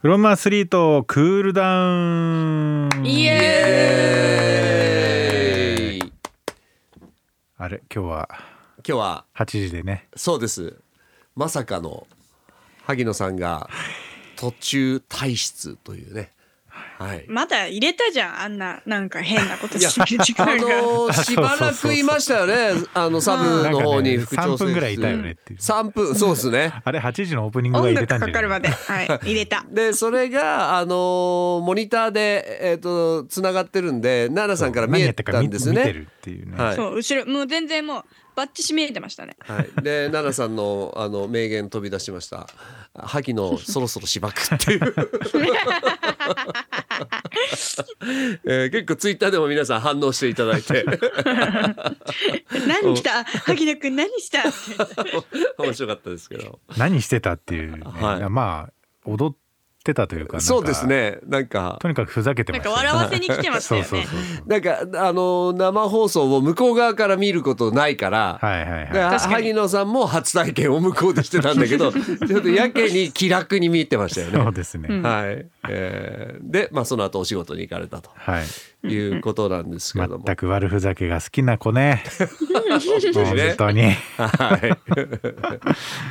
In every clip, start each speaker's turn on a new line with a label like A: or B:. A: フロムアスリートクールダウン
B: イエーイ今
A: あれ今日は
B: 日は
A: 8時でね
B: そうですまさかの萩野さんが途中退出というねはい
C: まだ入れたじゃんあんななんか変なこと
B: いや
C: してる時
B: あ
C: 間が。
B: のーしばらくいましたよ ねあのサブの方に
A: なん
B: 副
A: かね
B: 調整
A: 3分ぐらいいたよねっていう
B: 3分そうですね
A: あれ8時のオープニングが
C: 音
A: 入れた
C: 楽
A: んじ
C: か
A: ゃな
C: か
A: い
C: るまで、はい、入れた。
B: でそれがあのーモニターでえっ、とつながってるんで奈々さんから見
A: 何や
B: え
A: ってる
B: た
A: か見
B: んですよ
A: 見てる
B: ね
A: っていうね、
B: はい
C: そう後ろもう全然もうバッチし見えてましたね。
B: はい、で奈々さんのあの名言飛び出しました「萩野そろそろしばく」って いう、えー結構ツイッターでも皆さん反応していただいて
C: 何した萩野くん何した。
B: 面白かったですけど
A: 何してたっていう、ね
B: はい
A: まあ踊ってたというかなんか
B: そうですねなんか
A: とにかくふざけて
C: な
A: ま
C: ん
A: し
C: か
A: たよ
C: 笑わせに来てました
A: そう
C: よ
A: そう
C: ね。
A: そうそう
B: なんかあの生放送を向こう側から見ることないから。
A: はいはい
B: で
A: はい
C: 確かに
B: 萩野さんも初体験を向こうでしてたんだけ どちょっとやけに気楽に見えてましたよね
A: そう。ですね、
B: はいえーで、まあ、その後お仕事に行かれたと
A: はい
B: いうことなんですけれども
A: 全く悪ふざけが好きな子ね
B: 当 にね
A: 本当に
B: はい。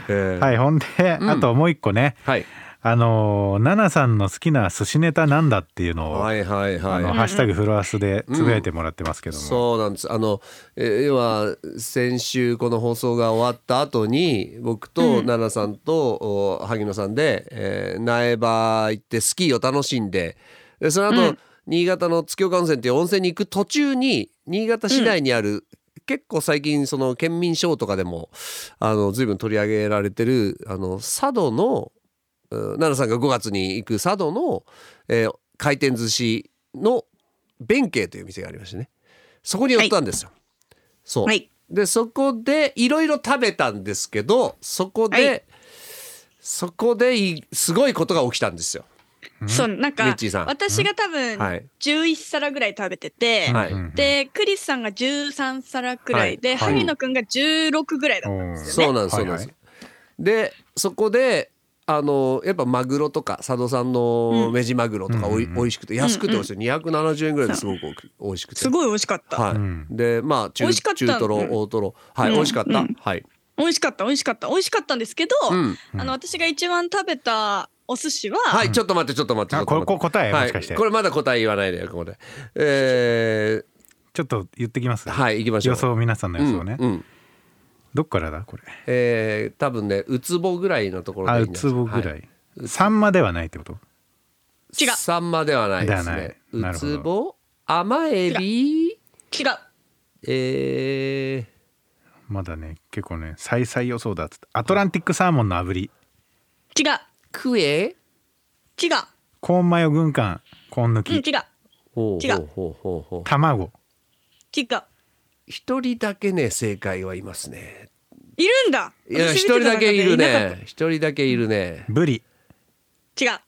B: えー
A: はいほんで、あともう一個ね
B: はい。
A: あのー奈々さんの好きな寿司ネタなんだっていうのを、
B: はいはい
A: あの
B: は
A: ハッシュタグフロアスでつぶやいてもらってますけ
B: い。
A: ども、
B: そうなんです。あの、えー要は先週この放送が終わった後に僕と奈々さんと、お萩野さんで、えー苗場行ってスキーを楽しんで、でその後、新潟の月岡温泉っていう温泉に行く途中に新潟市内にある、結構最近その県民賞とかでもあの随分取り上げられてるあの佐渡のうん奈良さんが5月に行く佐渡の、えー回転寿司の弁慶という店がありましてねそこに寄ったんですよ。そう、
C: はい
B: でそこでいろいろ食べたんですけどそこで、
C: はい
B: そこでいすごいことが起きたんですよ。
C: そうなん
B: ミ
C: か
B: ッチーさん
C: 私が多分
B: はい
C: 11皿ぐらい食べてて、
B: はい
A: うん
C: でクリスさんが13皿くらいで、
A: はい
C: 萩野くんが16ぐらいだったんです
B: そう
C: よね。
B: なんです、
A: はい
B: そうなんです
A: は。
B: でそこであのやっぱマグロとか佐渡さんのメジマグロとかおい、
A: うんうんう
B: 美
A: ん
B: 味しくて安くて美味しい、270円ぐらいですごく美味しくて
C: すごい美味しかった。
B: はい、
A: うん
B: でまあ中
C: 美味しかった
B: 中トロ
C: うん
B: 大トロはい、
C: うん
B: 美味しかった、
C: うん
B: はい、
C: 美味しかった美味しかった美味しかったんですけど、
B: うん
C: あの私が一番食べたお寿司は、
B: はいちょっと待ってちょっと待ってちょ
A: あ
B: っと待
A: こ
B: って
A: こ答え、
B: は
A: もしかして
B: い、これまだ答え言わないでよここでえ
A: ちょっと言ってきます
B: ー、はい行きましょう
A: 予想皆さんの
B: う
A: 予
B: ん
A: 想ね、
B: うん
A: どっからだこれ
B: えー、多分ねウツボぐらいのところ
A: あ
B: でいい
A: うん
B: じゃ
A: つ
B: な
A: ぼ
B: いですか
A: ぐら、
B: はい
A: サンマではないってこと
B: い、
C: 違う
B: サンマではないです
A: ではない
B: ね
A: な
B: ウ
A: るほど
B: ツボ甘エビ
C: 違う
B: え
A: まだね結構ね再々予想だっつってアトランティックサーモンの炙り
C: 違う
B: ー、クエ
C: 違う
A: コーンマヨ軍艦コーン抜
C: うん違う
A: き
B: ほ
C: 違う
B: ほうほうほう
A: 卵
C: 違う
B: 一人だけね正解はいますね
C: いるんだ
B: いや一
C: 私見て
B: 人だけいる
C: た中で
B: ね一人だけいるね
A: ブリ
C: いなかっ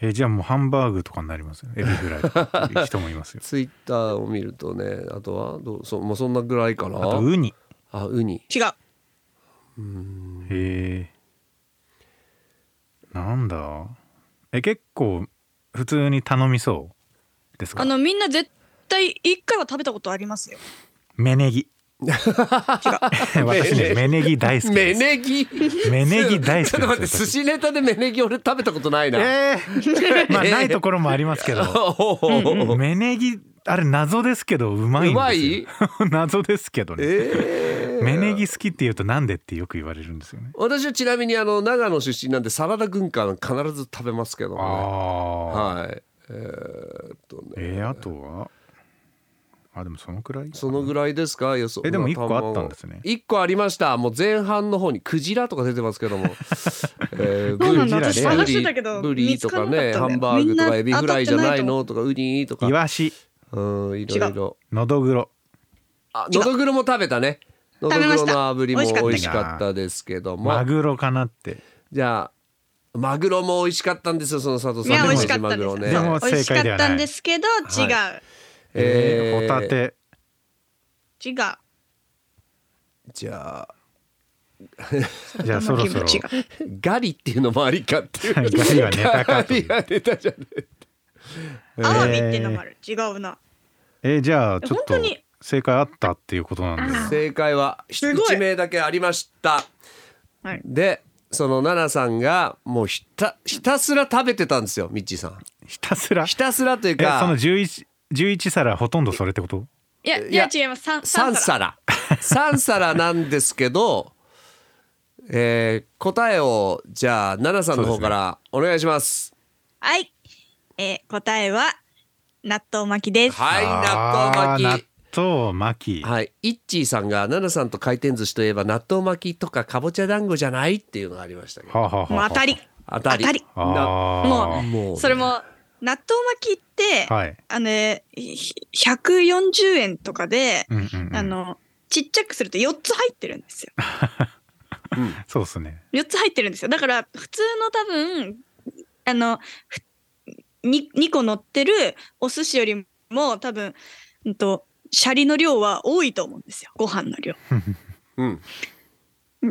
A: えじゃあもうハンバーグとかになりますよエビフライとかっていう人も いますよ
B: ツイッターを見るとねあとはどうそもうそんなぐらいかな
A: あとウニ
B: あウニ
C: た違う違う
A: へえなんだえ結構普通に頼みそうです
C: あ
A: か
C: のみんな絶対一回は食べたことありますよ
A: メネギ 私ねメネギ大好き
B: メ
A: です
B: ネギ
A: メネギ大好きです
B: ちょっと待って寿司ネタでメネギ俺食べたことないな、
A: えー まあないところもあります けど
B: おー
A: メネギあれ謎ですけどうまいんですよ 謎ですけどね、
B: えー
A: メネギ好きって言うとなんでってよく言われるんですよね
B: 私はちなみにあの長野出身なんでサラダ軍艦必ず食べますけどね
A: ああ、
B: はいえーっとね
A: えー、あとはあでもそのくらい
B: そのぐらいですか予想
A: えでも一個
B: ま
A: あったんですね
B: 一個ありましたもう前半の方にクジラとか出てますけ ども、えー、
C: そうなんだ
B: ブリ
A: 私
C: 探してたけど
B: ブリとかね
C: 見つ
B: ハ
C: か
B: ン
C: んなかったんだよ
B: バーグとかエビフライじゃない
C: みんな
B: のとかウニとか
A: イワシ
B: うんいろいろ
A: のどぐろ
B: あのどぐろも食べたねのどぐろ
C: 食べました
B: の炙りも
C: 美味しかった
B: 美味しかったですけども
A: マグロかなって
B: じゃあマグロも美味しかったんですよその佐藤
C: い
B: さん
C: や
B: の
C: 美味しかった
B: マ
C: です、
B: グロね
A: でも
C: 美味しかったんですけど
B: 正解
C: 違う、
B: では
A: えー、
B: えー
A: ホタテ
C: 違う
B: じゃあ
A: じゃあそろそろ
C: 頭気持ちが
B: ガリっていうのもありかって いう。
A: ガリはネタかと
B: ガリはネタじゃない。
C: アワビってのもある。違うな。
A: えーじゃあちょっと
C: 本当に
A: 正解あったっていうことなんで
B: 正解は
C: すごい
B: 1名だけありました
C: はい
B: でその奈々さんがもうひたひたすら食べてたんですよミッチーさん
A: ひたすら
B: ひたすらという
A: えその
B: か
A: 11 11皿ほとんどそれってこと
C: いや、
B: い
C: い
B: や
C: や違います。三
B: 3
C: 三皿。
B: 皿3皿なんですけど、えー答えをじゃあ奈々さんの方からお願いします
C: はい。えー、答えは納豆巻きです。
B: はい
A: あ
B: 納
A: ー
B: 豆巻き
A: 納豆巻き
B: はいイッチーさんが奈々さんと回転寿司といえば納豆巻きとかかぼちゃ団子じゃないっていうのがありましたけど
A: はあはあはあ
C: もう当たり。
B: 当たり
C: 当たり
A: あ
C: も
A: あ
C: う
B: もう
C: それも納豆巻きって、
A: はい
C: あのねひ140円とかで、
A: うんうんうん
C: あのちっちゃくすると4つ入ってるん ですよ。
A: そうですね
C: 4つ入ってるんですよ。だから普通の多分あの 2, 2個乗ってるお寿司よりも多分うんとシャリの量は多いと思うんですよ。ご飯の量。
B: うん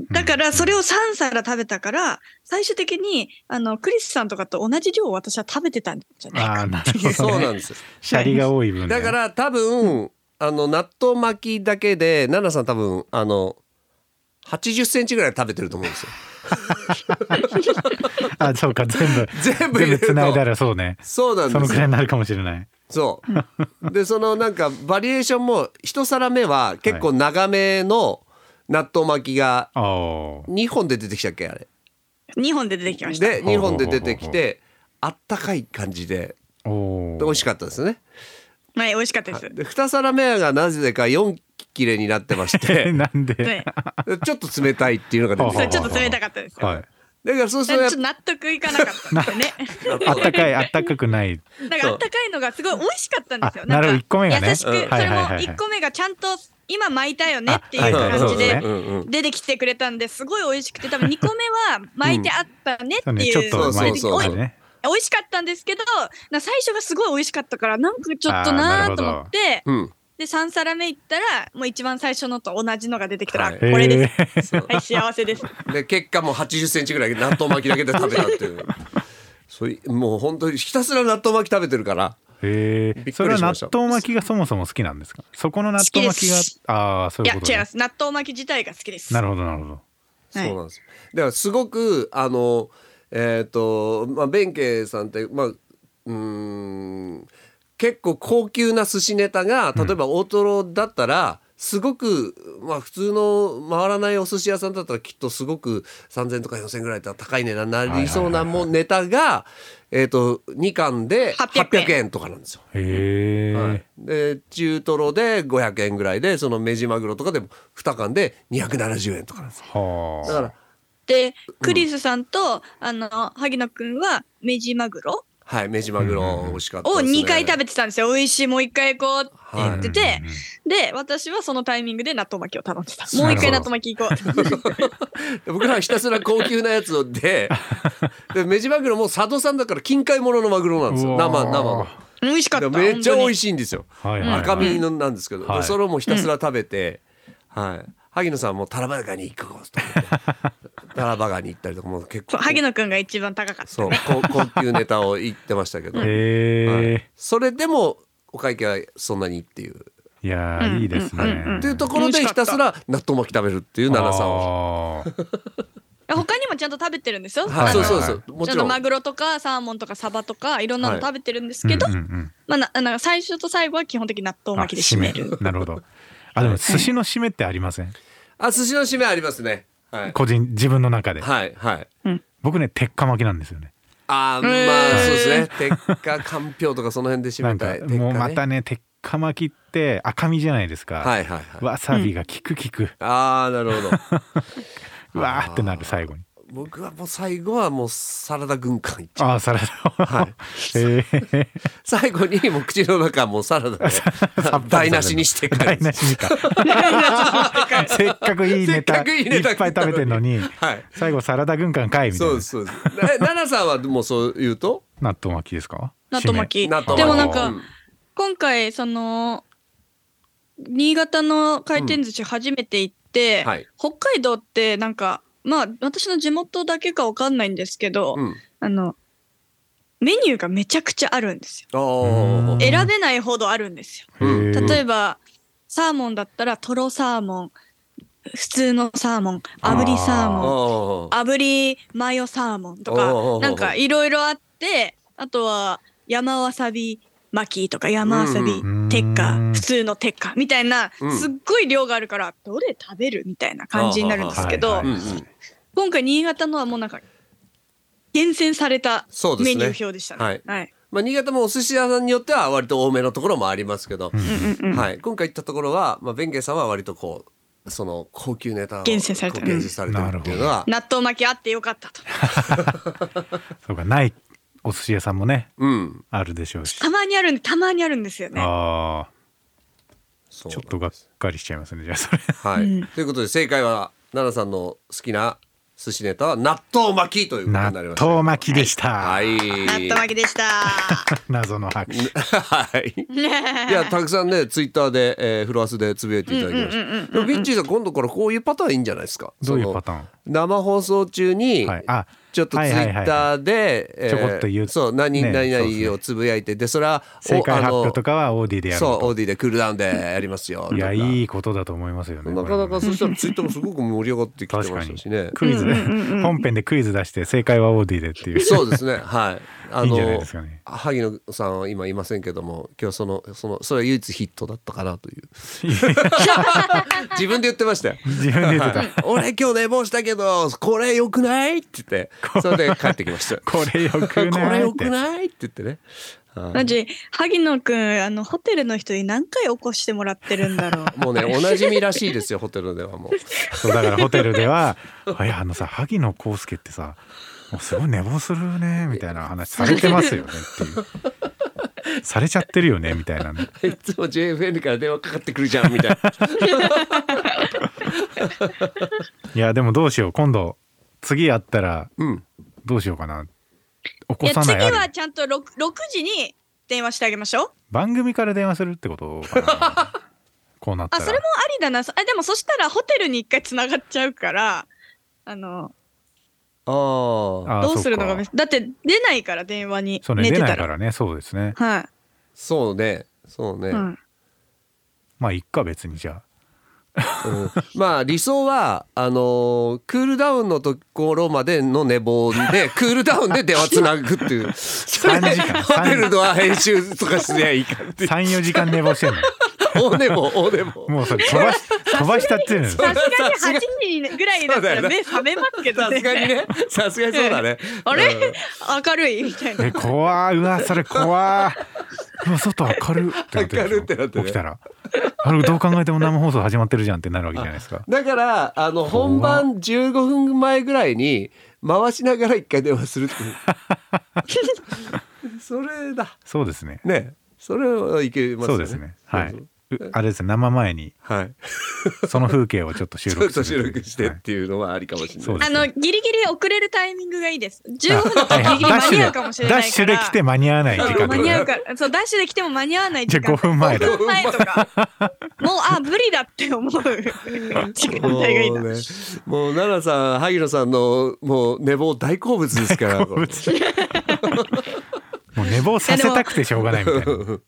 C: だからそれを3皿食べたから最終的にあのクリスさんとかと同じ量を私は食べてたんじゃない
A: あ
C: か
A: あ なるほど、ね、
B: そうなんですよ
A: シャリが多い分ね
B: だから多分あの納豆巻きだけで奈々さん多分あの80センチぐらい食べてると思うんですよ。
A: あそうか全部
B: 全部入れ
A: 全部
B: ると
A: 繋いだらそうね
B: そうなん
A: そ
B: で
A: の
B: す
A: くらい
B: よ。
A: になるかもしれない
B: そう。でそのなんかバリエーションも一皿目は結構長めの納豆巻きが
A: ああ
B: 2本で出てきたっけあれ。
C: 2本で出てきました。
B: で2本で出てきてあったかい感じで
A: おお
B: 美味しかったですよね。
C: はい、美味しかったです。
B: で2皿目がなぜか4切れになってまし て
A: なんで、
C: ね、
B: でちょっと冷たいっていうのが出てき
C: そ
B: て
C: れちょっと冷たかったですよ。
A: はい
B: だからそうす
C: ち
B: ると
C: ょ
B: やっ
C: っと納得いかなかったんですよね。
A: あったかいあったかく ない
C: なんかあったかいのがすごい美味しかったんですよ。
A: あなるほど
C: んか
A: 一個目がね
C: 優し
A: う
C: く、
A: ん
C: そ
A: はいはい
C: れも
A: はいはい
C: 1個目がちゃんと今巻いたよねってい
A: あは
C: う
A: いはい
C: 感じ
A: そうです
C: で
A: ね
B: うんうん
C: 出てきてくれたんですごい美味しくて 多分2個目は巻いてあったねって
A: そうね
C: い
A: ちょっ
C: う
A: と
B: そう
A: 前
B: そうそう
A: ちょっとね
C: 美味しかったんですけどな最初がすごい美味しかったからなんかちょっと
A: あーな
C: な
A: るほ
C: ーと
A: ど
C: 思って
B: うん
C: で3皿目いったらもう一番最初のと同じのが出てきたら、
B: はい
C: あこれです、
A: へー
B: そう
C: はい、幸せです
B: で結果もう80センチぐらい納豆巻きだけで食べたって いうそういもう本当にひたすら納豆巻き食べてるから
A: へ
B: び
A: え
B: っ
A: そ
B: く
A: れ
B: りし
A: は
B: ま
A: 納
B: した
A: 豆巻きがそもそも好きなんですかそこの納豆巻きが
C: 好きです
A: ああそう
C: い
A: いう
C: や
A: こと、
C: 違います納豆巻き自体が好きです
A: なるほどなるほど
C: はい
B: そうなんですよだからすごくあのえっ、とまあ弁慶さんってまあうーん結構高級な寿司ネタが例えば大トロだったら、すごくまあ普通の回らないお寿司屋さんだったらきっとすごく3,000とか4,000ぐらいだったら高い値段になりそうなもんネタが、えっと2貫で
C: 800
B: 800円とかなんですよ。
A: へえ、
B: はいで中トロで500円ぐらいでそのメジマグロとかでも2缶で270円とかなんですよ
A: はあ
B: だから
C: でクリスさんと、あの萩野くんはメジマグロ
B: はいメジマグロ美味しかった
C: を
B: です、ね、
C: 2回食
B: べ
C: べてたんですよ美味しいもう1回行こうって言ってて、
A: はいうんうん
C: で私はそのタイミングで納豆巻きを頼んでた
A: ど
C: もう1回納豆巻き行こう
B: 僕らはひたすら高級なやつを ででメジマグロも佐渡産だから近海もののマグロなんですよ
A: うわ
B: 生
A: ー
B: 生の
C: 美味しかった
B: でめっちゃ美味
C: しい
B: しいんですよ
A: はいはいはい
B: 赤身のなんですけど、
A: はい
B: でそれをもうひたすら食べて、はい萩野さんはもうタラバガニ行こう と思ってタラバガニ行ったりとかもう結構
C: 萩野くんが一番高かった
B: そう 高高級ネタを言ってましたけど、
A: へえ、い、
B: それでもお会計はそんなにっていう。
A: や
C: うん
A: ーいいですね、
C: うんうんうん
B: っていうところで
C: 美味
B: ひ
C: しか
B: た
C: った
B: すら納豆巻き食べるっていう奈良さんは。
A: あー
C: 他にもちゃんと食べてるんですよ。
B: はい、
C: あ
B: そ
C: の
B: うそうそう、も
C: ちゃ
B: ち
C: ん
B: ろ
C: と
B: ん。
C: マグロとかサーモンとかサバとかいろんなの食べてるんですけど、
A: うんうんうん
C: まあななんか最初と最後は基本的に納豆巻きで
A: あ
C: 締める。
A: なるほどあでも寿司の締めってありません
B: あ、寿司の締めありますね。はい。
A: 個人自分の中で
B: はい、はい。
A: 僕ね鉄火巻きなんですよね
B: あー、
C: へー
B: まあ、そうですね。鉄火、かんぴょうとか、その辺で締
A: な
B: め
A: ん
B: た
A: か
B: い。鉄火
A: もう
B: ね
A: またね鉄火巻きって赤身じゃないですか、
B: はい、はい、はい。
A: わさびが効く効く、
B: ああ、なるほど。
A: うわーってなる最後に
B: 僕はもう最後はもうサラダ軍艦いっちゃう。
A: ああサラダ
B: はい
A: え え
B: 最後にもう口の中もうサラダで台無しにしてくれ
A: 台
B: る。
A: 無しにか せっかくいいネ
B: せっ
A: タ
B: かくいいネタ
A: いっぱい食べてんのに、
B: はい
A: 最後サラダ軍艦かいみたい
B: そう
A: な
B: です、そうです。え奈々さんはもうそう言うと
A: 納豆巻きですか
C: 納豆巻き。
B: 納豆巻き
C: でもなん
B: う
C: か
B: ん
C: 今回その新潟の回転寿司初めて行って、
B: はい。
C: 北海道ってなんかまあ私の地元だけかわかんないんですけど、
B: うん。
C: あのメニューがめちゃくちゃあるんです
B: あ
C: よ。
A: うん
B: ー
A: え
C: 選べないほどあるんですよ。
B: うん
A: へー
C: 例えばサーモンだったらとろサーモン普通のサーモン炙りサー
B: あ
C: モン
B: ー。
C: 炙りマヨサーモンと
B: おうおうお
C: か
B: う
C: なんかいろいろあってあとは山わさび巻きとか山わさび
A: うん
C: 鉄
A: う
C: 火
A: ん
C: 普通の鉄火みたいな
B: うん
C: すっごい量があるからどれ食べるみたいな感じになるんですけ
A: は
C: ど
A: いはい
B: うんうん
C: 今回新潟のはもうなんか厳選された
B: そうです
C: メ
B: ね
C: ニュー表でしたね。
B: はい
C: はい
B: まあ、新潟もお寿司屋さんによっては割と多めのところもありますけど、
C: うんうんうん
B: はい、今回行ったところは、まあ、弁慶さんは割とこうその高級ネタを
C: 厳選されてる
B: こう厳選されてるっていうのは、
C: 納豆巻きあってよかったと。
A: そうかないお寿司屋さんもね
B: うん、
A: あるでしょうし、
C: たまにあるんでたまにあるんですよね。
A: あ
B: そ
A: あ
B: う
A: ちょっとがっかりしちゃいますねじゃあそれ
B: はい、
C: うん
B: ということで正解は奈々さんの好きな寿司ネタは納豆巻きということになり
A: 納
B: ました。
A: 豆巻きでした、
B: はい。
C: 納豆巻きでした。
A: 謎の拍手
B: はい。いやたくさんねツイッターで、えー、フロアスでつぶやいていただきま
C: うんうん
B: し
C: うんうんうん
B: た。でもビッチーさん今度からこういうパターンいいんじゃないですか。
A: どういう
B: その
A: パターン
B: 生放送中に、
A: はいあ
B: ちょっとツイッターで、えー
A: ちょこっと言う
B: そう何
A: ね
B: 何
A: そうですね
B: 々をつぶやいてでそれはお
A: 正解
B: あ
A: 発
B: の
A: 表とかはオーディでやる
B: そうオ
A: と
B: ーディでクールダウンでやりますよとか
A: いやいいことだと思いますよね
B: なかな
A: これも
B: か
A: ね
B: そしたらツイッターもすごく盛り上がってきてましたしね
A: 確かにクイズで本編でクイズ出して正解はオーディでっていう
B: そうですねはいあ
A: いいんじゃないですかね
B: 萩野さんは今いませんけども今日そのそのそれは唯一ヒットだったかなという自分で言ってました よ
A: 自分で 言ってた
B: 俺今日寝坊したけどこれ良くないって言ってそれで帰ってきました
A: これよ
B: こ
A: くな
B: れ
A: いっ
B: 良
A: て
B: くないって言ってねはい
C: マジ萩野くんあのホテルの人に何回起こしてもらってるんだろう
B: もうねおなじみらしいですよホテルでは もう
A: そうだからホテルでは 「いやあのさ萩野公介ってさもうすごい寝坊するね」みたいな話されてますよねっていうされちゃってるよねみたいなね
B: いつも JFN から電話かかってくるじゃんみたい ない
A: やでもどうしよう今度次会ったら
B: うん
A: どうしようかな起
C: い
A: こ
C: や
A: さ
C: 次
A: ないあ
C: は
A: る
C: ちゃんと 6, 6時に電話してあげましょう
A: 番組から電話するってことか なこうなった
C: あ
A: ら
C: それもありだなそあでもそしたらホテルに一回つながっちゃうからあの
B: ああ
A: あ
C: どうするの
A: そっ
C: がベ
A: か
C: ストだって出ないから電話に
A: そうね
C: 寝
A: 出
C: て
A: な
C: た
A: い
C: ら
A: からねそうですね
C: は
B: そうねそうね、
C: い、うん、
A: まあいっか別にじゃ
B: うんまあ理想はあのークールダウンのところまでの寝坊 でクールダウンで電話つなぐっていうそれ
A: 3時間
B: ホテルの編集とかすりゃいいかって
A: あ
B: いう
A: 34時間寝坊してんの
B: 大寝坊大寝 坊
A: もうそれ飛ばし飛ばしたっていうのよ
C: さすがに8時ぐらいだったら目覚めますけど
B: さすがにねさすがにそうだね
C: あれ
B: うん
C: 明るいみたいな
A: え怖ーうわそれ怖ーうわ外明るってなって
B: 明る
A: る
B: って
A: でし
B: な
A: ょ
B: ってる
A: 起きたらあれどう考えても生放送始まってるじゃんってなるわけじゃないですか
B: だからあの本番15分前ぐらいに回しながら一回電話するって いうそれだ
A: そうですね
B: ねそれはいけます
A: そ
B: よ
A: う
B: ね
A: ですねはいう
B: そう
A: うあれですね生前に
B: はい
A: その風景をちょっと収
B: ちょ
A: 録
B: っと
A: す
B: 収
A: るという
B: 録してっ
A: はい
B: ていうのはありかもしれない、
A: そうで
C: あ
A: すね
C: のギリギリ遅れるタイミングがいいです15分だったらギリギリ
A: ダッ
C: 間
A: シュ
C: に
A: で
C: 合うかもしれないから
A: ダッシュで来て間に合わない時間
C: 間に合うからそうダッシュで来ても間に合わない時間
A: じゃあ5分前だ
C: 5分前とかもうあ無理だって思う時間帯がいい
B: もう
C: な
B: ね、もう奈々さん萩野さんのもう寝坊大好物ですからこれ
A: もう寝坊させたくてしょうがないみたいな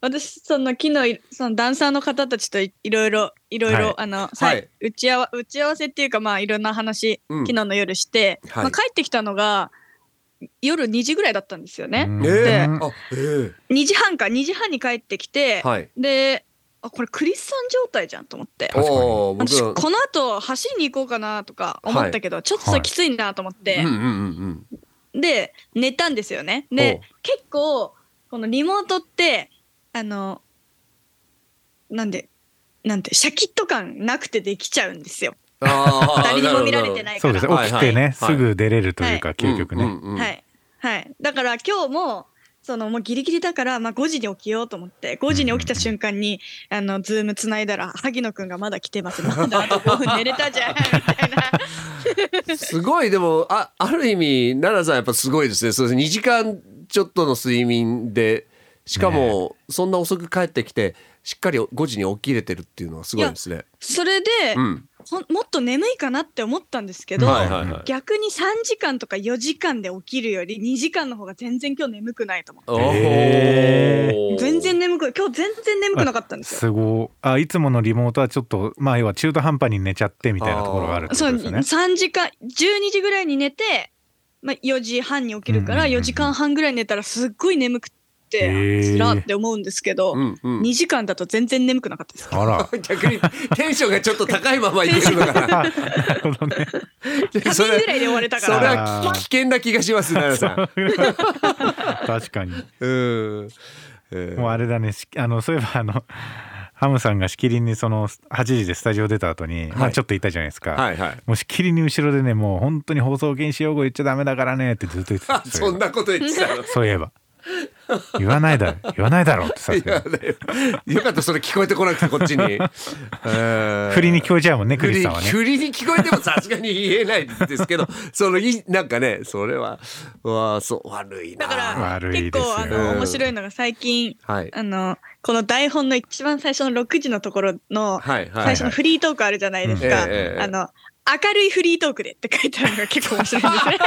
C: 私その昨日いそのダンサーの方たちといいろいろいろい
A: はい
C: ろあのさ
B: はい
C: 打ち合わ打ち合わせっていうかまあいろんな話
B: うん
C: 昨日の夜して
B: はい
C: まあ帰ってきたのが夜2時ぐらいだったんですよね
A: う。ん
B: ええ
A: うん
B: あえ
C: 2時半か2時半に帰ってきて
B: えはい
C: であこれクリスさん状態じゃんと思って
A: 確かに
B: おー僕
C: 私
B: は
C: この後走りに行こうかなとか思ったけど、ちょっとそれきついなと思って、
B: うんうんうん
C: で寝たんですよね
B: おう
C: で結構このリモートってあのなんでなんてシャキッと感なくてできちゃうんですよ
B: うんあー
C: 誰にも見られ
B: な
C: て
B: る
C: ない
A: そ
C: か
A: うです
C: ら、
A: ね
B: はい
A: 起きて
B: はい
A: ねすぐ出れるというか
B: ほど
A: 究極
B: うん
A: ね
B: うんうん
C: はいはいだから今日もそのもうギリギリだから、まあ、5時に起きようと思って5時に起きた瞬間に、あのズームつないだら萩野くんがまだ来てますなんだあと5分寝れたじゃんみたいな。
B: すごいでもあある意味奈々さんやっぱすごいですねそうです2時間ちょっとの睡眠でしかもそんな遅く帰ってきてしっかり5時に起きれてるっていうのはすごいですね。
C: それで、
B: うん、
C: ほんもっと眠いかなって思ったんですけど、
A: は
B: はいい
A: は
B: はいい
A: は
B: はい。
C: 逆に3時間とか4時間で起きるより2時間の方が全然今日眠くないと思って
B: お
A: へ
B: ー
C: 全然眠く今日全然眠くなかったんですよ。
A: すごいあいつものリモートはちょっとまあ要は中途半端に寝ちゃってみたいなところがあるってこ
C: そう
A: とですね。
C: 3時間12時ぐらいに寝て、まあ、4時半に起きるか
A: う
C: ら
A: んうんうん
C: 4時間半ぐらい寝たらすっごい眠く
A: へ
C: て
A: ー
C: つらって思うんですけど、
B: うんうん
C: 2時間だと全然眠くなかったです。
A: あら
B: 逆にテンションがちょっと高いままいってるのかな。
A: なるほどね。
B: そ
C: 旅
B: れ
C: ぐらいで終われたか
B: それ
C: ら
B: は危危険な気がします奈良さん。
A: 確かに。
B: うん。え
A: もうあれだね。しあのそういえばあのハムさんがしきりにその8時でスタジオ出た後に、ま
B: は
A: あ
B: い
A: ちょっといたじゃないですか。
B: ーはいはい。
A: もうしきりに後ろでねもう本当に放送禁止用語言っちゃダメだからねってずっと言ってた
B: あ
A: んです
B: そん
A: よ
B: なこと言ってたの。
A: そういえば言わないだろ言わないだろってさ
B: いやねよかったそれ聞こえてこなくてこっちに。 えー
A: 振りに聞こえちゃうもんねク
B: 振
A: リス
B: り
A: さんはね
B: 振りに聞こえてもさすがに言えないですけど そのいなんかねそれはうわそう悪いな
C: だから
A: 悪い
C: 結
A: ですよ
C: 構あ
B: う
C: の
B: ん
C: 面白いのが最近
B: はい
C: あのこの台本の一番最初の6時のところの
B: はいはい
C: 最初のフリートークあるじゃないですか。
B: うんええええ
C: あの明るいフリートークでって書いてあるのが結構 面白いんですね。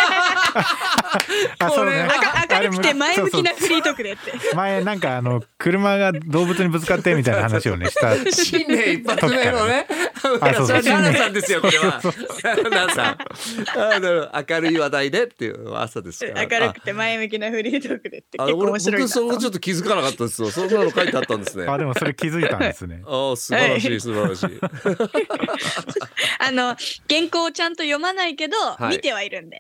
A: あそ
B: こ
A: うね
B: れ
C: あか
A: あれ
C: 明る
A: も
C: くて前向きな
A: そうそ
C: フリートークでって。
A: う前なんかあの車が動物にぶつかってみたいな話をね した
B: 新年一発目のね。
A: あそうそう
B: それは奈良さんですよ、これは。奈良さん。あなるほど明るい話題でっていう朝ですから。
C: 明るくて前向きなフリートークでって
B: ああ
C: 結構
B: 俺
C: 面白い
B: 僕
C: なと
B: そこちょっと気づかなかったですよ。そんなの書いてあったんですね。
A: あでもそれ気づいたんで すね
B: ああ素晴らしい素晴らしい。
C: あの原稿をちゃんと読まないけど、
B: い
C: 見てはいるんで。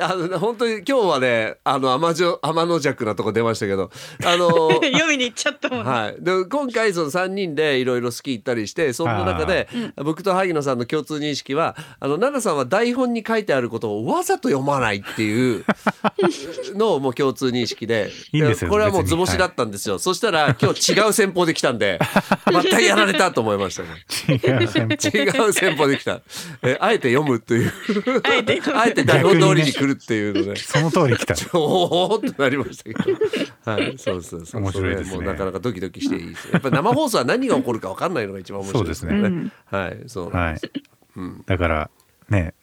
B: あの本当に今日はねあの天じょ天の弱なとこ出ましたけどあ の
C: 読みに行っちゃったもんね。
B: はい、で今回その3人でいろいろスキー行ったりしてそんな中で僕と萩野さんの共通認識はあの奈良さんは台本に書いてあることをわざと読まないって いうのをもう共通認識で
A: いいんですよ
B: これはもう
A: 別
B: 図
A: に
B: 星だったんですよ、そしたら今日違う戦法できたん でまたやられたと思いましたね。
A: 違う先輩
B: 違う戦法できたえあえて読むっていう
C: あえて読む
B: あえて台本通りに来るっていうのね
A: その通り来た
B: おおってなりましたけど。はい、そうそうそう。
A: 面白いですね
B: それもうなかなかドキドキしていいですよ。やっぱり生放送は何が起こるかわかんないのが一番面白い
A: そう
B: ね。
A: です
C: ね
B: はい、そう。
A: はい
B: うん
A: だからね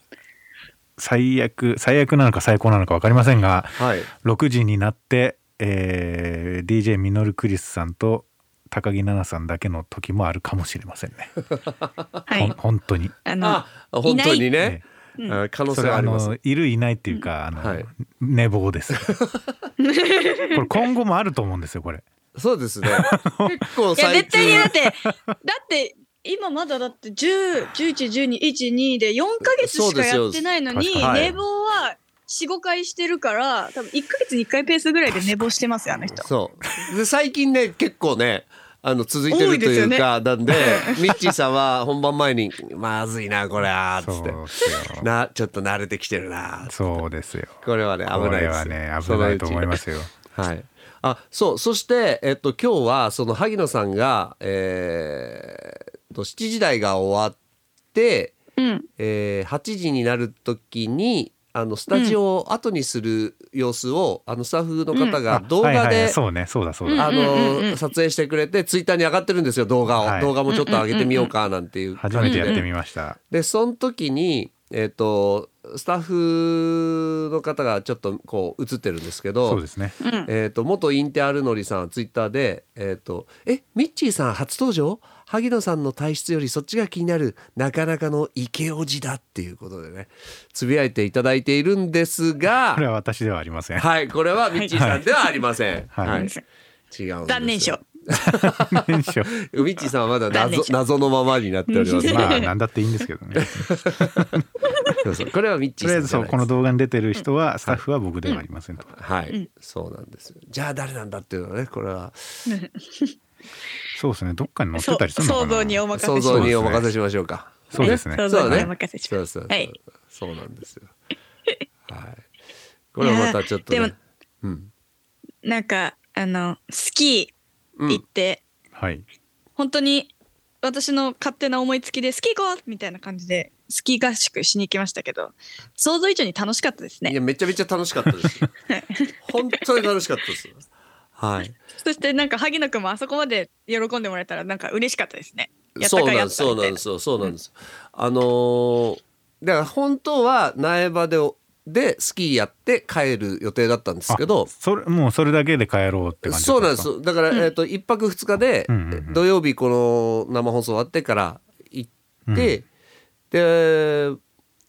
A: 最悪最悪なのか最高なのか分かりませんが
B: はい。
A: 6時になって、えー DJ ミノルクリスさんと高木奈々さんだけの時もあるかもしれませんね。
C: は
A: ほん
C: い。
A: 本当に。
C: あの
B: あ、本当にね。
C: い
B: あ可能
A: そ
B: 性
A: れ
B: は
A: あ
B: あります。
A: のいるいないっていうか、あの
B: はい
A: 寝坊 です。これ今後もあると思うんですよこれ。
B: そうですね。結構
C: いや
B: 最
C: 絶対にだっ
B: 近。
C: てだって今まだだって10、11、12、12で4ヶ月しかやってないのに
A: そう
B: ですよはい
C: 寝坊は4、5回してるから多分1ヶ月に1回ペースぐらいで寝坊してますよあの人。
B: そう。で最近ね結構ね。あの続いてるというかなんでミッチーさんは本番前に「まずいなこれは」つ
A: そ
B: っ
A: う
B: て
A: です
B: 「
A: よ。
B: なちょっと慣れてきてるな
A: そうですよ。」
B: これはね
A: こ
B: 危ない
A: れ
B: です
A: はね危ないと思いますよ。
B: はい。あ、そう、そして、えっと、今日は、その萩野さんが、えー、と、7時台が終わって。
C: うん。
B: えー8時になる時に、あの、スタジオを後にする様子を、あの、スタッフの方が動
A: はい
B: 画
A: はいはい
B: で。
A: そうねそうだそうだ。
B: あ
C: うんうんうんう
B: の
C: ん
B: 撮影してくれてツイッターに上がってるんですよ動画を、
A: はい
B: 動画もちょっと上げてみようかなんていう
A: 初めてやってみました。
B: でその時に、えっとスタッフの方がちょっとこう映ってるんですけど
A: そうですね。
C: うん。
B: えー、と元インテアルノリさんツイッターで「えー、とえミッチーさん初登場萩野さんの体質よりそっちが気になるなかなかのイケオジだ」っていうことでねつぶやいていただいているんです
A: これ
B: が
A: は私ではありません。
B: はいこれはミッチーさんではありません。
A: は
B: はいい、違
A: はい
B: うんですよ
C: 断念しよう。
A: 年 初
B: ミッチーさんはまだ
C: 断念
B: 謎
C: しよ
B: 謎のままになっており ます。
A: まあなんだっていいんですけどね。
B: そうそうこれはミッチ
A: と
B: ーさ
A: りあえ
B: ん
A: ず
B: じゃ
A: そう
B: ない
A: こ
B: で
A: の
B: す。
A: 動画に出てる人はスタッフは僕ではありませんと。
B: はい、そうなんですよじゃあ誰なんだっていうのはねこれは
A: そうですねどっかに載っ
C: そ
A: て
C: う
A: たりするのか
C: 想
A: な。
C: 像にお任せし
B: 想
C: ます
B: 像にお任せしましょうか。
A: そうですね
C: 想
B: そうだ
C: 像に
B: ね
C: お任せし
B: そう
C: ま
B: そ
C: す。
B: うそう、
C: はい。
B: そうなんですよ。はい。これはまたちょっと、ね。
C: いやーでも
B: うん。
C: なんかあのスキ
B: う
C: ー行っ
B: ん。
C: て、
A: はい。
C: 本当に私の勝手な思いつきでスキー行こうみたいな感じでスキー合宿しに行きましたけど想像以上に楽しかったです
B: い
C: ね
B: や、めちゃめちゃ楽しかったです。本当に楽しかったです。はい
C: そしてなんか萩野くんもあそこまで喜んでもらえたらなんか嬉しかったですね。やった
B: そうな
C: かや
B: ん
C: っ
B: です
C: た
B: そう
C: み
B: な
C: た
B: ん
C: い
B: で
C: な。
B: すよそうなんですよ、あのーだから本当は苗場ででスキーやって帰る予定だったんですけど
A: あそれもうそれだけで帰ろうって感じだ
B: そ
A: っ
B: うな
A: た
B: んです
A: か
B: だから、えっと1泊2日で、
A: うんうんうん
B: 土曜日この生放送終わってから行って、で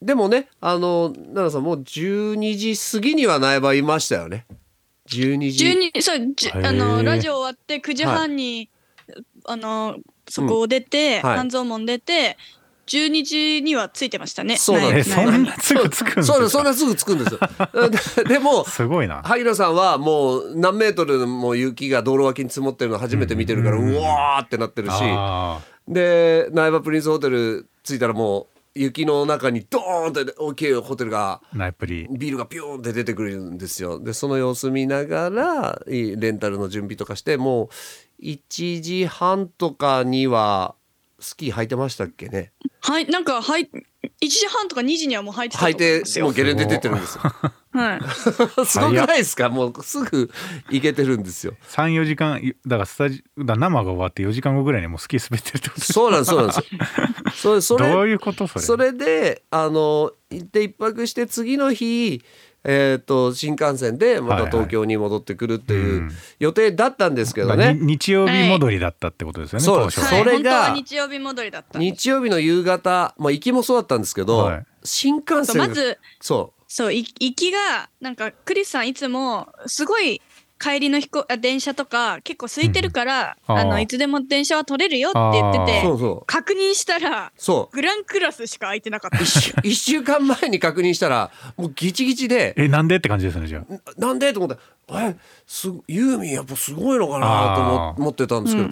B: でもねあの奈々さんもう12時過ぎには苗場いましたよね12時
C: 十二そうじゅ
A: へー
C: あのラジオ終わって九時半に、あのそこを出て、
B: はい
C: 半蔵門出て十二時にはついてましたね。
B: そうなん
C: 苗
B: で
A: え
B: す
C: 苗
A: そんなすぐつくんです
B: そう
A: か
B: ですそんなすぐ着くんで すよででも
A: すごいな
B: 萩野さんはもう何メートルも雪が道路脇に積もってるの初めて見てるから
A: うん
B: うわーってなってるし
A: あ
B: で苗場プリンスホテル着いたらもう雪の中にドーンって大きいホテルが
A: ーナイプリ
B: ビールがピューンって出てくるんですよでその様子見ながらいレンタルの準備とかしてもう1時半とかにはスキー履いてましたっけ ね
C: はいなんかはい一時半とか二時にはもう入ってたと
B: 履い
C: 思うん
B: て
C: です
B: も
C: よ
B: う。ゲレンデ出てるんです よ
C: はい。
B: すごくないですかもうすぐ行けてるんですよ
A: 34時間だからスタジだから生が終わって4時間後ぐらいにもうスキー滑ってるってことです
B: そうなんですそうなんですよ。そ れそれ
A: どういうことそれ
B: それであの行って一泊して次の日、えー、と新幹線でま
A: はい
B: た
A: はい
B: 東京に戻ってくるっていううん予定だったんですけど
A: だ
B: ね、
A: からに日曜日戻りだったってことですよね、
B: はい
A: 当初
B: そう
A: は、
C: はい
B: それ
C: 本当
B: が
C: は日曜日戻りだったんです。
B: 日曜日の夕方、まあ、行きもそうだったんですけど、
A: はい
B: 新幹
C: そう
B: 線
C: まず
B: そ
C: そうい行きがなんかクリスさんいつもすごい帰りの飛行あ電車とか結構空いてるから、
A: うん
C: あ
A: あ
C: の
A: ー
C: いつでも電車は取れるよって言って
B: う
A: ええ
B: そ
C: て
B: うそう
C: 確認したら
B: そう
C: グランクラスしか空いてなかった。
B: 一週一週間前に確認したらもうギチギチで
A: えなんでって感じですねじゃあ
B: ななんでと思ってえすユーミンやっぱすごいのかなと思
A: あー
B: 思ってたんですけ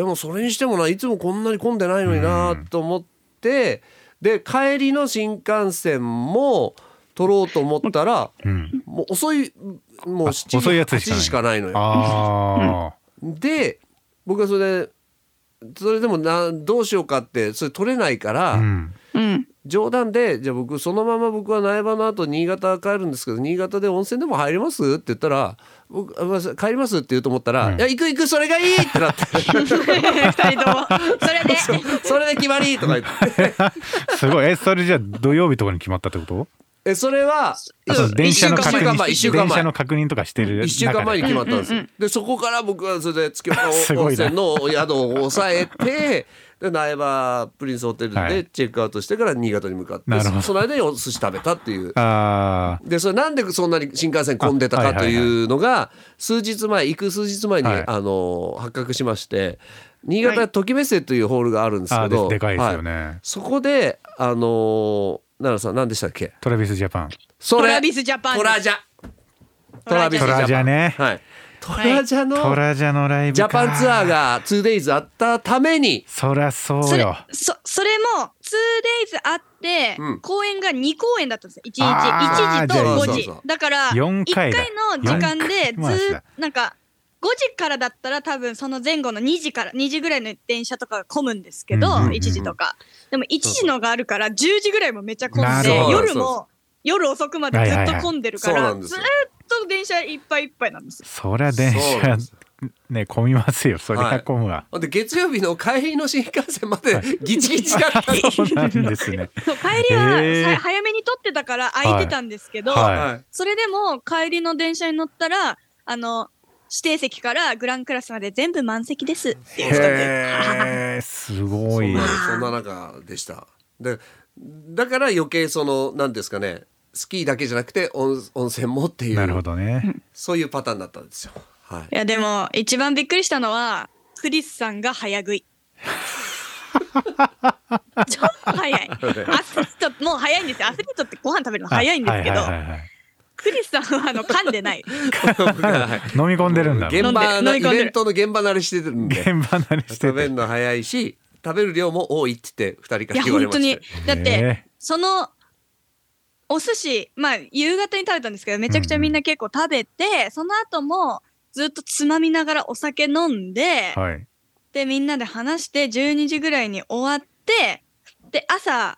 B: ど、でもそれにしてもないつもこんなに混んでないのになと思って、で帰りの新幹線も取ろうと思ったら、
A: うん
B: もう遅いもう
A: あ
B: 7時
A: 遅いやつし
B: 8
A: かない
B: 時しかないのよ。
A: ああ、
B: で僕はそれでそれでもなどうしようかってそれ取れないから。
A: うん、
C: うん、
B: 冗談で「じゃあ僕そのまま僕は苗場の後新潟帰るんですけど新潟で温泉でも入ります?」って言ったら「僕あごめんなさい帰ります?」って言うと思ったら「
A: うん
B: いや行く行くそれがいい!」ってなって
C: 二人ともそれで
B: それで決まりとか言って
A: すごいえそれじゃあ土曜日とかに決まったってこと
B: えそれは
A: あそう電車の
B: 一
A: 確
B: 週間前
A: 認
B: 一
A: し
B: 週間
A: 電車
B: 前
A: の確認とかしてる中で
B: 一週間前に決まったんですよ、
C: うんうん
B: でそこから僕はそれで月岡
A: す
B: 温
A: ごいな
B: 泉の宿を抑えて で苗場プリンスホテル
A: は
B: で
A: い
B: チェックアウトしてから新潟に向かって、
A: なるほど
B: その間にお寿司食べたっていう
A: あ
B: でそれなんでそんなに新幹線混んでた
A: あ
B: か
A: はい
B: と
A: はいはい
B: いうのが数日前行く数日前に、
A: はい
B: あの発覚しまして新
C: は
B: 潟
C: い
B: ときめせというホールがあるんです
A: ー
B: け
A: あーで
B: ど、
A: すでかいですよ
B: は
A: ね、
B: そこであのー奈良さん何でしたっけ
A: トラビスジャパン
B: そ
C: トラビスジャパン
B: トラジャ
C: トラジャ
A: トラジャね
B: はいトラジャの、
A: トラジャのライブ
B: ジャ
A: か
B: パンツアーが 2days あったために
A: そりゃそう
C: それ
A: よ
C: そそれも 2days あって、
B: うん
C: 公演が2公演だったんですよ1日
A: あー
C: 1時と
A: じゃあ
B: そ
C: 5
B: う
C: 時
B: そうそう
C: だから
A: 四
C: 1回
A: 回だ
C: の時間で
A: 四回
C: ず
A: 回し
C: なんか5時からだったら多分その前後の2時から2時ぐらいの電車とかが混むんですけど、
A: うんうんうん
C: 1時とかでも1時のがあるから10時ぐらいもめっちゃ混ん
A: な
C: で
A: るほど
C: 夜も夜遅くまでずっと混んでるから、
B: はいはいはい
C: ず
B: そう
C: ー
B: なん
C: っ
B: で
C: と電車いっぱいいっぱいなんですよ
A: そりゃ電
B: そうなん
A: 車
B: です
A: ね混みますよそり
B: は
A: ゃ
B: い
A: 混む わ、
B: で月曜日の帰りの新幹線までギチギチだったの、
A: そう なんですね
C: そう帰りは
A: へー
C: さ早めに取ってたから空いてたんですけど、
A: はい
C: それでも帰りの電車に乗ったらあの指定席からグランクラスまで全部満席ですっていう人で
A: へえす
B: そ
A: ご
B: ん
A: い
B: なそんな中でしたでだから余計その何ですかねスキーだけじゃなくて温温泉もっていう
A: なるほどね
B: そういうパターンだったんですよ。 はい
C: いやでも一番びっくりしたのはクリスさんが早食 い超早いアスリートもう早いんですよアスリートってご飯食べるの早いんですけど、
A: はいはいはいはい
C: クリスさんはあの噛ん でない
A: 飲み込んでるんだ
B: 現場の
C: 飲
B: イ
C: んで飲み込んでる
B: ベントの現場慣れしてるん
A: 現
B: で
A: 場慣れ して
B: 食べ
A: て
B: るの早いし食べる量も多いって言って二人から
C: いや
B: 言われ
C: 本
B: ま
C: 当
B: し
C: に
B: た
C: だって、
A: へ
C: そのお寿司まあ夕方に食べたんですけどめちゃくちゃみんな結構食べて、その後もずっとつまみながらお酒飲んで、
A: えはい
C: でみんなで話して12時ぐらいに終わってで朝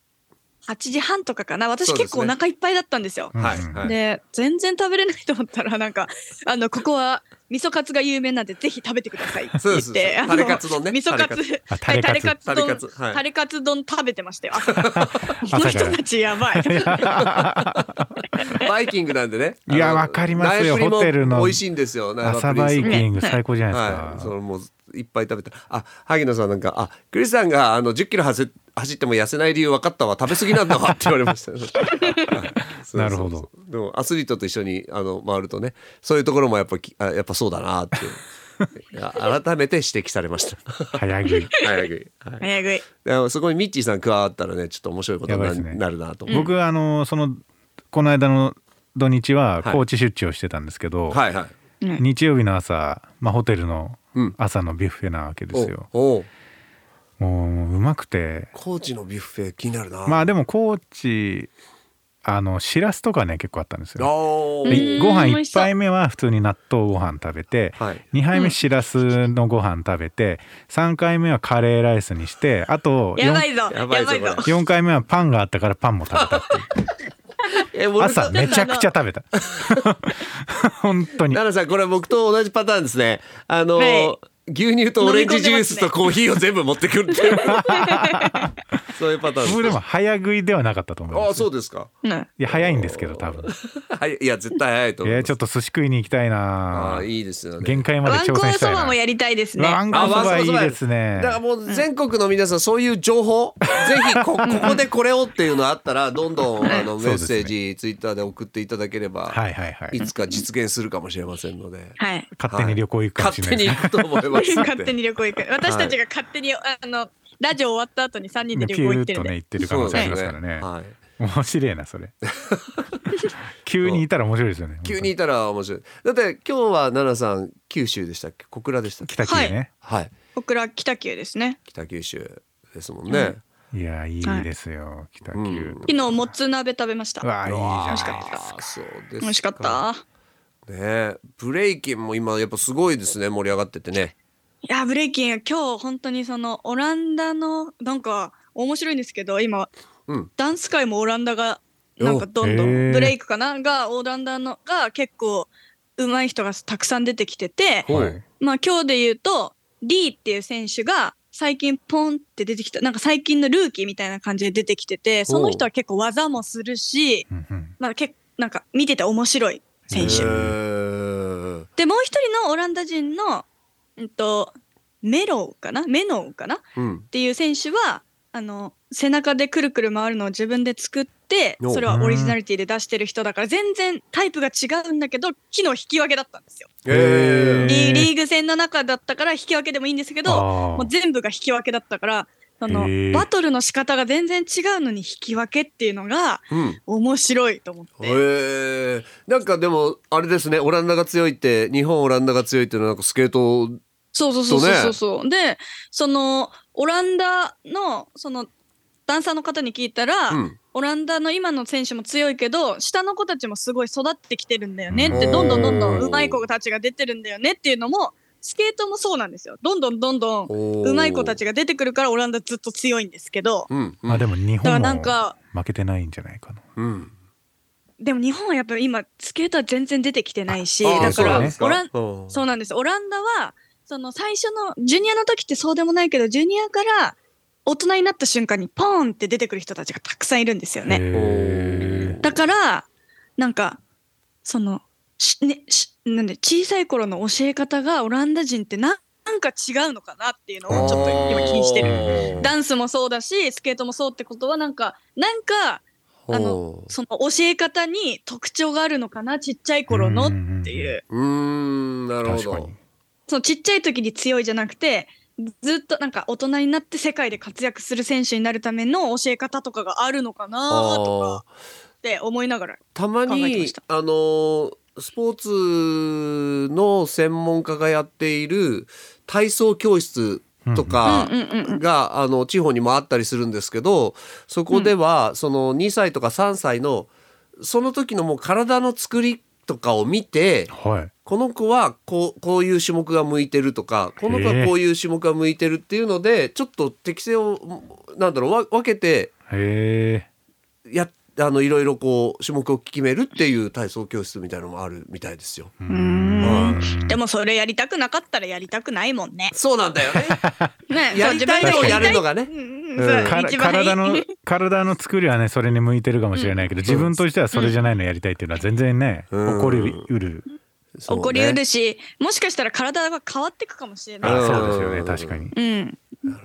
C: 8時半とかかな私
B: そうで
C: 結
B: すね
C: 構お腹いっぱいだったんですよ。
B: はい
A: うん
B: はい
C: で全然食べれないと思ったらなんか「あのここは味噌カツが有名なんでぜひ食べてください」って
B: そう
C: 言
B: で
C: っ
B: す
C: てあ
B: タレカツ丼ね
C: 味噌カツ
A: あタ
C: はい
A: レ
C: タ
A: カ
C: レ
A: ツ
C: カツ
B: タレカ
C: 丼
B: ツは
C: タ
B: い
C: レカツ丼食べてましたよ朝この
A: 朝か
C: 人
A: ら
C: たちやばい
B: バイキングなんでね
A: いや
B: あの
A: わかりますよ
B: 苗プリも
A: ホテルの
B: 美味しいんですよ苗場
A: 朝
B: プリン
A: バ
B: ス
A: イキング
C: ね
A: 最高じゃない
B: はい、
A: です
B: そ
A: か。
B: れもういっぱい食べたあ萩野さんなんか「あクリスさんがあの10キロ走走っても痩せない理由分かったわ食べ過ぎなんだわ」って言われま した、ねはい
A: なるほ
B: そうそ
A: ど
B: うそうでもアスリートと一緒にあの回るとねそういうところもやっぱきあやっぱそうだなって いうあ改めて指摘されました
A: 早食い。
B: 早食いはい
C: 早食い
B: であのそこにミッチーさん加わったらねちょっと面白いことに
A: や
B: な,、
A: ばいですね
B: るなと思う、
A: 僕はあのそのこの間の土日は
B: はい
A: 高知出張してたんですけど、
B: はいはい
A: 日曜日の朝、まあ、ホテルの
B: うん
A: 朝のビュッフェなわけですよ。
B: おお
A: もううまくて
B: 高知のビュッフェ気になるな
A: まあでも高知あのしらすとかね結構あったんですよ。
B: お
C: う
B: ー
C: ん
A: でご飯
C: 美味し
A: 1
C: そう
A: 杯目は普通に納豆ご飯食べて、
B: はい
A: 2杯目しらすのご飯食べて3回目はカレーライスにしてあと
C: やばいぞ
B: や
C: や
B: ば
C: ば
B: い
C: い
B: ぞ
C: ぞ
B: こ
A: 4回目はパンがあったからパンも食べたっていう
B: え 俺
A: 朝めちゃくちゃ食 べた本当に
B: 奈々さんこれ僕と同じパターンですねあの、
C: はい
B: 牛乳とオレンジジュースとコーヒーを全部持ってくるっていう そういうパターン
A: 僕でも
B: す
A: 早食いではなかったと思い
B: あ
A: ま
B: あ
A: す
B: そうですか
C: うん
A: いや早いんですけど多分
B: はいいや絶対早いと思い
A: い
B: ま
A: や
B: す
A: ちょっと寿司食いに行きたい
B: あ
A: な
B: あいいですよね
A: 限界まで
C: ワンコ
A: 挑
C: ン
A: 戦し
C: そ
A: たいな
C: ばもやりたいですね
A: ワンコンそばいいですね
B: だからもう全国の皆さんそういう情報、 ぜひこここでこれをっていうのあったらどんどんあの
A: そ
B: メ
A: う
B: ッ
A: です
B: セ
A: ね
B: ージ、ツイッターで送っていただければ、
A: はいはいはい
B: いつか実現するかもしれませんので
C: はい
A: 勝手に旅行行くかもし
B: 勝
A: れな
B: 手に
A: いです
B: 行
A: ね
B: くと思いますんで
C: 勝手に旅行行く私たちが勝手にあのラジオ終わった後に3人で
A: ねピ
C: 旅行
A: ュ
C: 行
A: ー
C: って
A: ッ
C: る
A: と
C: ん
A: ね
C: で
A: 行ってる可能性ありますからね
B: はい
A: 面白い なそれ急にいたら面白いですよね
B: 急にいたら面白いだって今日は奈々さん九州でしたっけ小倉でしたっけ
A: 北九州ね、
B: はい
C: 小倉北九ですね
B: 北九州ですもんね、
A: い、やいいですよ、北九、
B: うん
C: 昨日もつ鍋食べました
A: うわあいいじ
B: あ
A: ゃ
C: し
A: な
C: か
A: い
C: っ
A: で
C: た
A: す
B: あーそうです
C: 美味しかった
B: ねえブレイキンも今やっぱすごいですね盛り上がっててね
C: いやブレイキン今日本当にそのオランダのなんか面白いんですけど今
B: うん
C: ダンス界もオランダがなんかどんど
A: おへ
C: ん
A: ー
C: ブレイクかながオランダのが結構上手い人がたくさん出てきてて
B: ほう
A: はい
C: まあ今日で言うとリーっていう選手が最近ポンって出てきたなんか最近のルーキーみたいな感じで出てきててその人は結構技もするし、
A: うんうん
C: まあ、けなんか見てて面白い選
A: へ
C: 手
A: ー。
C: でもう一人のオランダ人の、うん、とメロウかなメノウかなっ
B: うん
C: ていう選手はあの背中でくるくる回るのを自分で作って
B: お
C: それはオリジナリティで出してる人だから全然タイプが違うんだけど昨日引き分けだったんですよ。
A: へー
C: リリーグ戦の中だったから引き分けでもいいんですけど
A: あ
C: もう
A: ー
C: 全部が引き分けだったからその、
A: へえ
C: バトルの仕方が全然違うのに引き分けっていうのが
B: うん
C: 面白いと思って、
B: へえなんかでもあれですねオランダが強いって日本オランダが強いっていうのはなんかスケート
C: そうそうそうそうそうそう、でそのオランダのそのダンサーの方に聞いたら、
B: うん
C: オランダの今の選手も強いけど下の子たちもすごい育ってきてるんだよねって
A: うん
C: どんどんどんどん
B: おー
C: 上手い子たちが出てるんだよねっていうのもスケートもそうなんですよどんどんどんどん
B: う
C: 上手い子たちが出てくるからオランダずっと強いんですけど
B: うんうん
A: まあでも日
C: だから
A: 本
C: なん
A: も
C: か
A: 負けてないんじゃないかな
B: うん
C: でも日本はやっぱり今スケートは全然出てきてないし
B: あー
C: だ
B: そ
C: か
B: うな
C: ら
B: んです
C: オラン
B: うん
C: そうなんですオランダはその最初のジュニアの時ってそうでもないけどジュニアから大人になった瞬間にポーンって出てくる人たちがたくさんいるんですよね。
A: へ
C: だからなんかそのし、ね、しなんで小さい頃の教え方がオランダ人ってななんか違うのかなっていうのをちょっと今気にしてる。
B: る
C: ダンスもそうだしスケートもそうってことはなんかなんかあのその教え方に特徴があるのかなちっちゃい頃のっていう。
B: うーんな
A: ー
B: るほ
A: 確か
B: ど
A: に
C: そのちっちゃい時に強いじゃなくてずっとなんか大人になって世界で活躍する選手になるための教え方とかがあるのかなとかって思いながら
B: たま
C: 考えて
B: に
C: ました
B: あのースポーツの専門家がやっている体操教室とか
C: うんうんうんうん
B: があの地方にもあったりするんですけどそこではその2歳とか3歳のその時のもう体の作りとかを見て
A: はい
B: この子はこうこういう種目が向いてるとかこの子はこういう種目が向いてるっていうのでちょっと適性をなんだろうわ分けて
A: へえ
B: やあのいろいろこう種目を決めるっていう体操教室みたいのもあるみたいですよ。
A: う
C: うん
A: ん
C: でもそれやりたくなかったらやりたくないもんね。
B: そうなんだよね。
C: ね
B: やりたいのをやるのがね
C: う。ん
B: うん
C: そう
A: から
C: 一番いい
A: 体の体の作りはねそれに向いてるかもしれないけど、自分としてはそれじゃないのやりたいっていうのは全然ね、
B: うん
A: 起こりうる、
B: そう
C: 起
B: ね
C: こりうるし、もしかしたら体は変わってくかもしれない。
A: あそうですよね確かに
C: うん。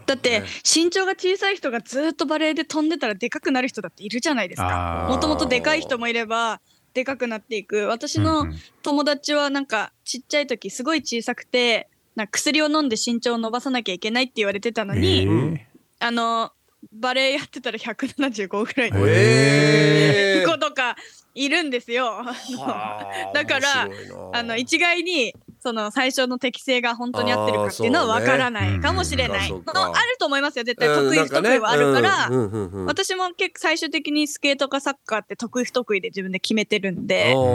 C: だって
B: ね
C: 身長が小さい人がずっとバレエで飛んでたらでかくなる人だっているじゃないですか
A: あー
C: もともとでかい人もいればでかくなっていく私の
A: うんうん
C: 友達はなんかちっちゃい時すごい小さくてなんか薬を飲んで身長を伸ばさなきゃいけないって言われてたのに、
A: えー
C: あのバレエやってたら175ぐらいの
B: ええ
C: 子とかいるんですよ。あの
B: はあ
C: だから
B: 面白いな
C: あの一概にその最初の適性が本当に合ってるかっていうの
B: あー
C: は
B: そうね
C: 分からないかもしれない。
B: うんうん
C: そのあると思いますよ絶対
B: うん
C: 得意
B: なん
C: 不
B: かね
C: 得意はあるから、
B: うんうんうんうん
C: 私も結構最終的にスケートかサッカーって得意不得意で自分で決めてるんで、
B: お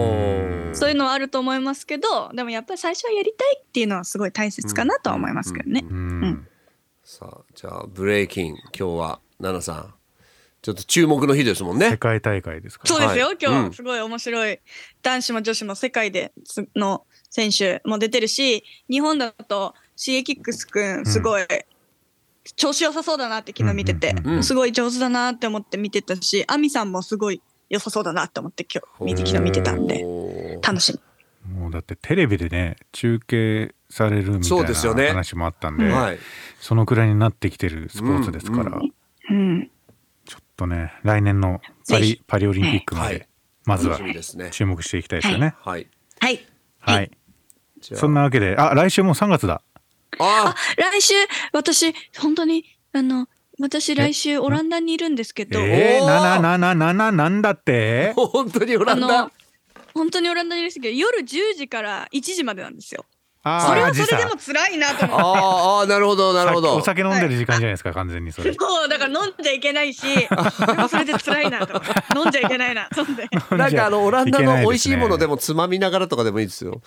B: ー
C: そういうのはあると思いますけどでもやっぱり最初はやりたいっていうのはすごい大切かなとは思いますけどね。
A: うん
C: うん
B: さあじゃあブレイキン今日は奈々さんちょっと注目の日ですもん
A: 世
B: ね。
A: 界大会ですから
C: そうですよ、
B: はい
C: 今
B: うん
C: 日すごい面白い男子も女子も世界ですの選手も出てるし日本だと CA キックスくんすごい、調子良さそうだなって昨日見てて、
A: うん
B: うんうん
C: すごい上手だなって思って見てたし亜美さんもすごい良さそうだなって思って今日見て昨日見てたんで
B: おー
C: 楽しみ。
A: もうだってテレビでね中継されるみた
B: そ
A: いう
B: ですよ
A: な
B: ね
A: 話もあったんでそ
B: はい。
A: のくらいになってきてるスポーツですから、
B: うん
C: うん
A: ちょっとね来年のパ
C: ぜ
A: リ
C: ひ
A: パリオリンピックま
B: は
A: で、
B: い
A: まず
B: 楽
A: は
B: しみですね。
A: 注目していきたいですよね。
B: はい。
C: はい
A: はい、
B: じゃあ
A: そんなわけであ来週もう3月だ。
B: あ
C: 来週私本当にあの私来週オランダにいるんですけど、
A: え
B: おー
A: ー、なななななななんだって
B: ー本当にオラ
C: あ
B: ンダ
C: の。本当にオランダにいるんですけど夜10時から1時までなんですよ。
A: あー
C: それはそ
A: 時差
C: れでも辛いなと思って。
B: あーあーなるほどなるほ
A: さ
B: ど
A: お。酒飲んでる時間じゃないですか、完全にそれ
C: そうだから飲んじゃいけないし、でもそれで辛いなと思って。飲んじゃいけないな。飲んで。
B: なんかあのオランダ
A: いけな
B: の
A: いで
B: 美味
A: すね
B: しいものでもつまみながらとかでもいいですよ。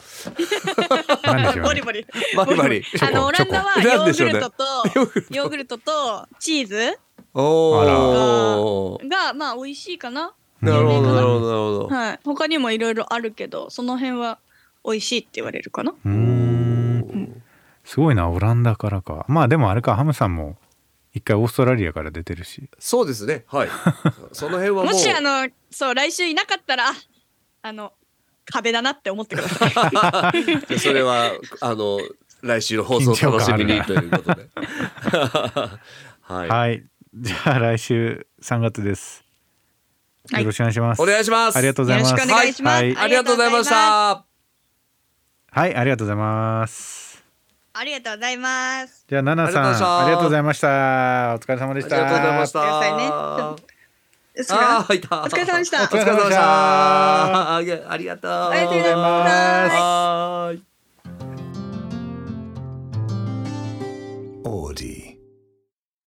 A: なんでしょう
C: ボ
A: ね
C: リボリ。
B: バリバリ。
A: チョコ
C: あのオランダ
B: チ
C: は
B: ョコ
C: ヨーグルトと
B: なんでしょうね
C: ヨーグルトとチーズ
B: おお。
C: がまあ美味しいかな。
B: なるほどなるほどなるほど。
C: はい。他にもいろいろあるけど、その辺は美味しいって言われるかな。
A: うーんすごいなオランダからかまあでもあれかハムさんも一回オーストラリアから出てるし
B: そうですね。はい。その辺はも
C: も
B: う。
C: しあのそう来週いなかったらああの壁だなって思ってください。
B: でそれはあの来週の放送を楽しみに
A: 緊張感あ
B: ということで。 はい。
A: はいじゃあ来週3月です
C: はい
A: よろしくお願いします、
B: お願いします。
A: ありがとうございます
C: よろしくお願いします
A: はい
B: ありがとうございました。
A: はいありがとうございます
C: ありがとうございます。
A: じゃあナナさんあ
B: あり
A: りが
B: がと
A: とう
B: うご
A: ござ
B: ざ
A: いましたお疲れ様
B: あ
A: で
B: り
A: し
B: が
A: た
B: とうございまし
C: お疲れ
B: た
C: 様。うっすら
B: あー、いた。お
C: 疲れ様でした
B: お疲れ様でした。あげありがとう。
C: ありがとうございます
B: はーい。
D: Audi.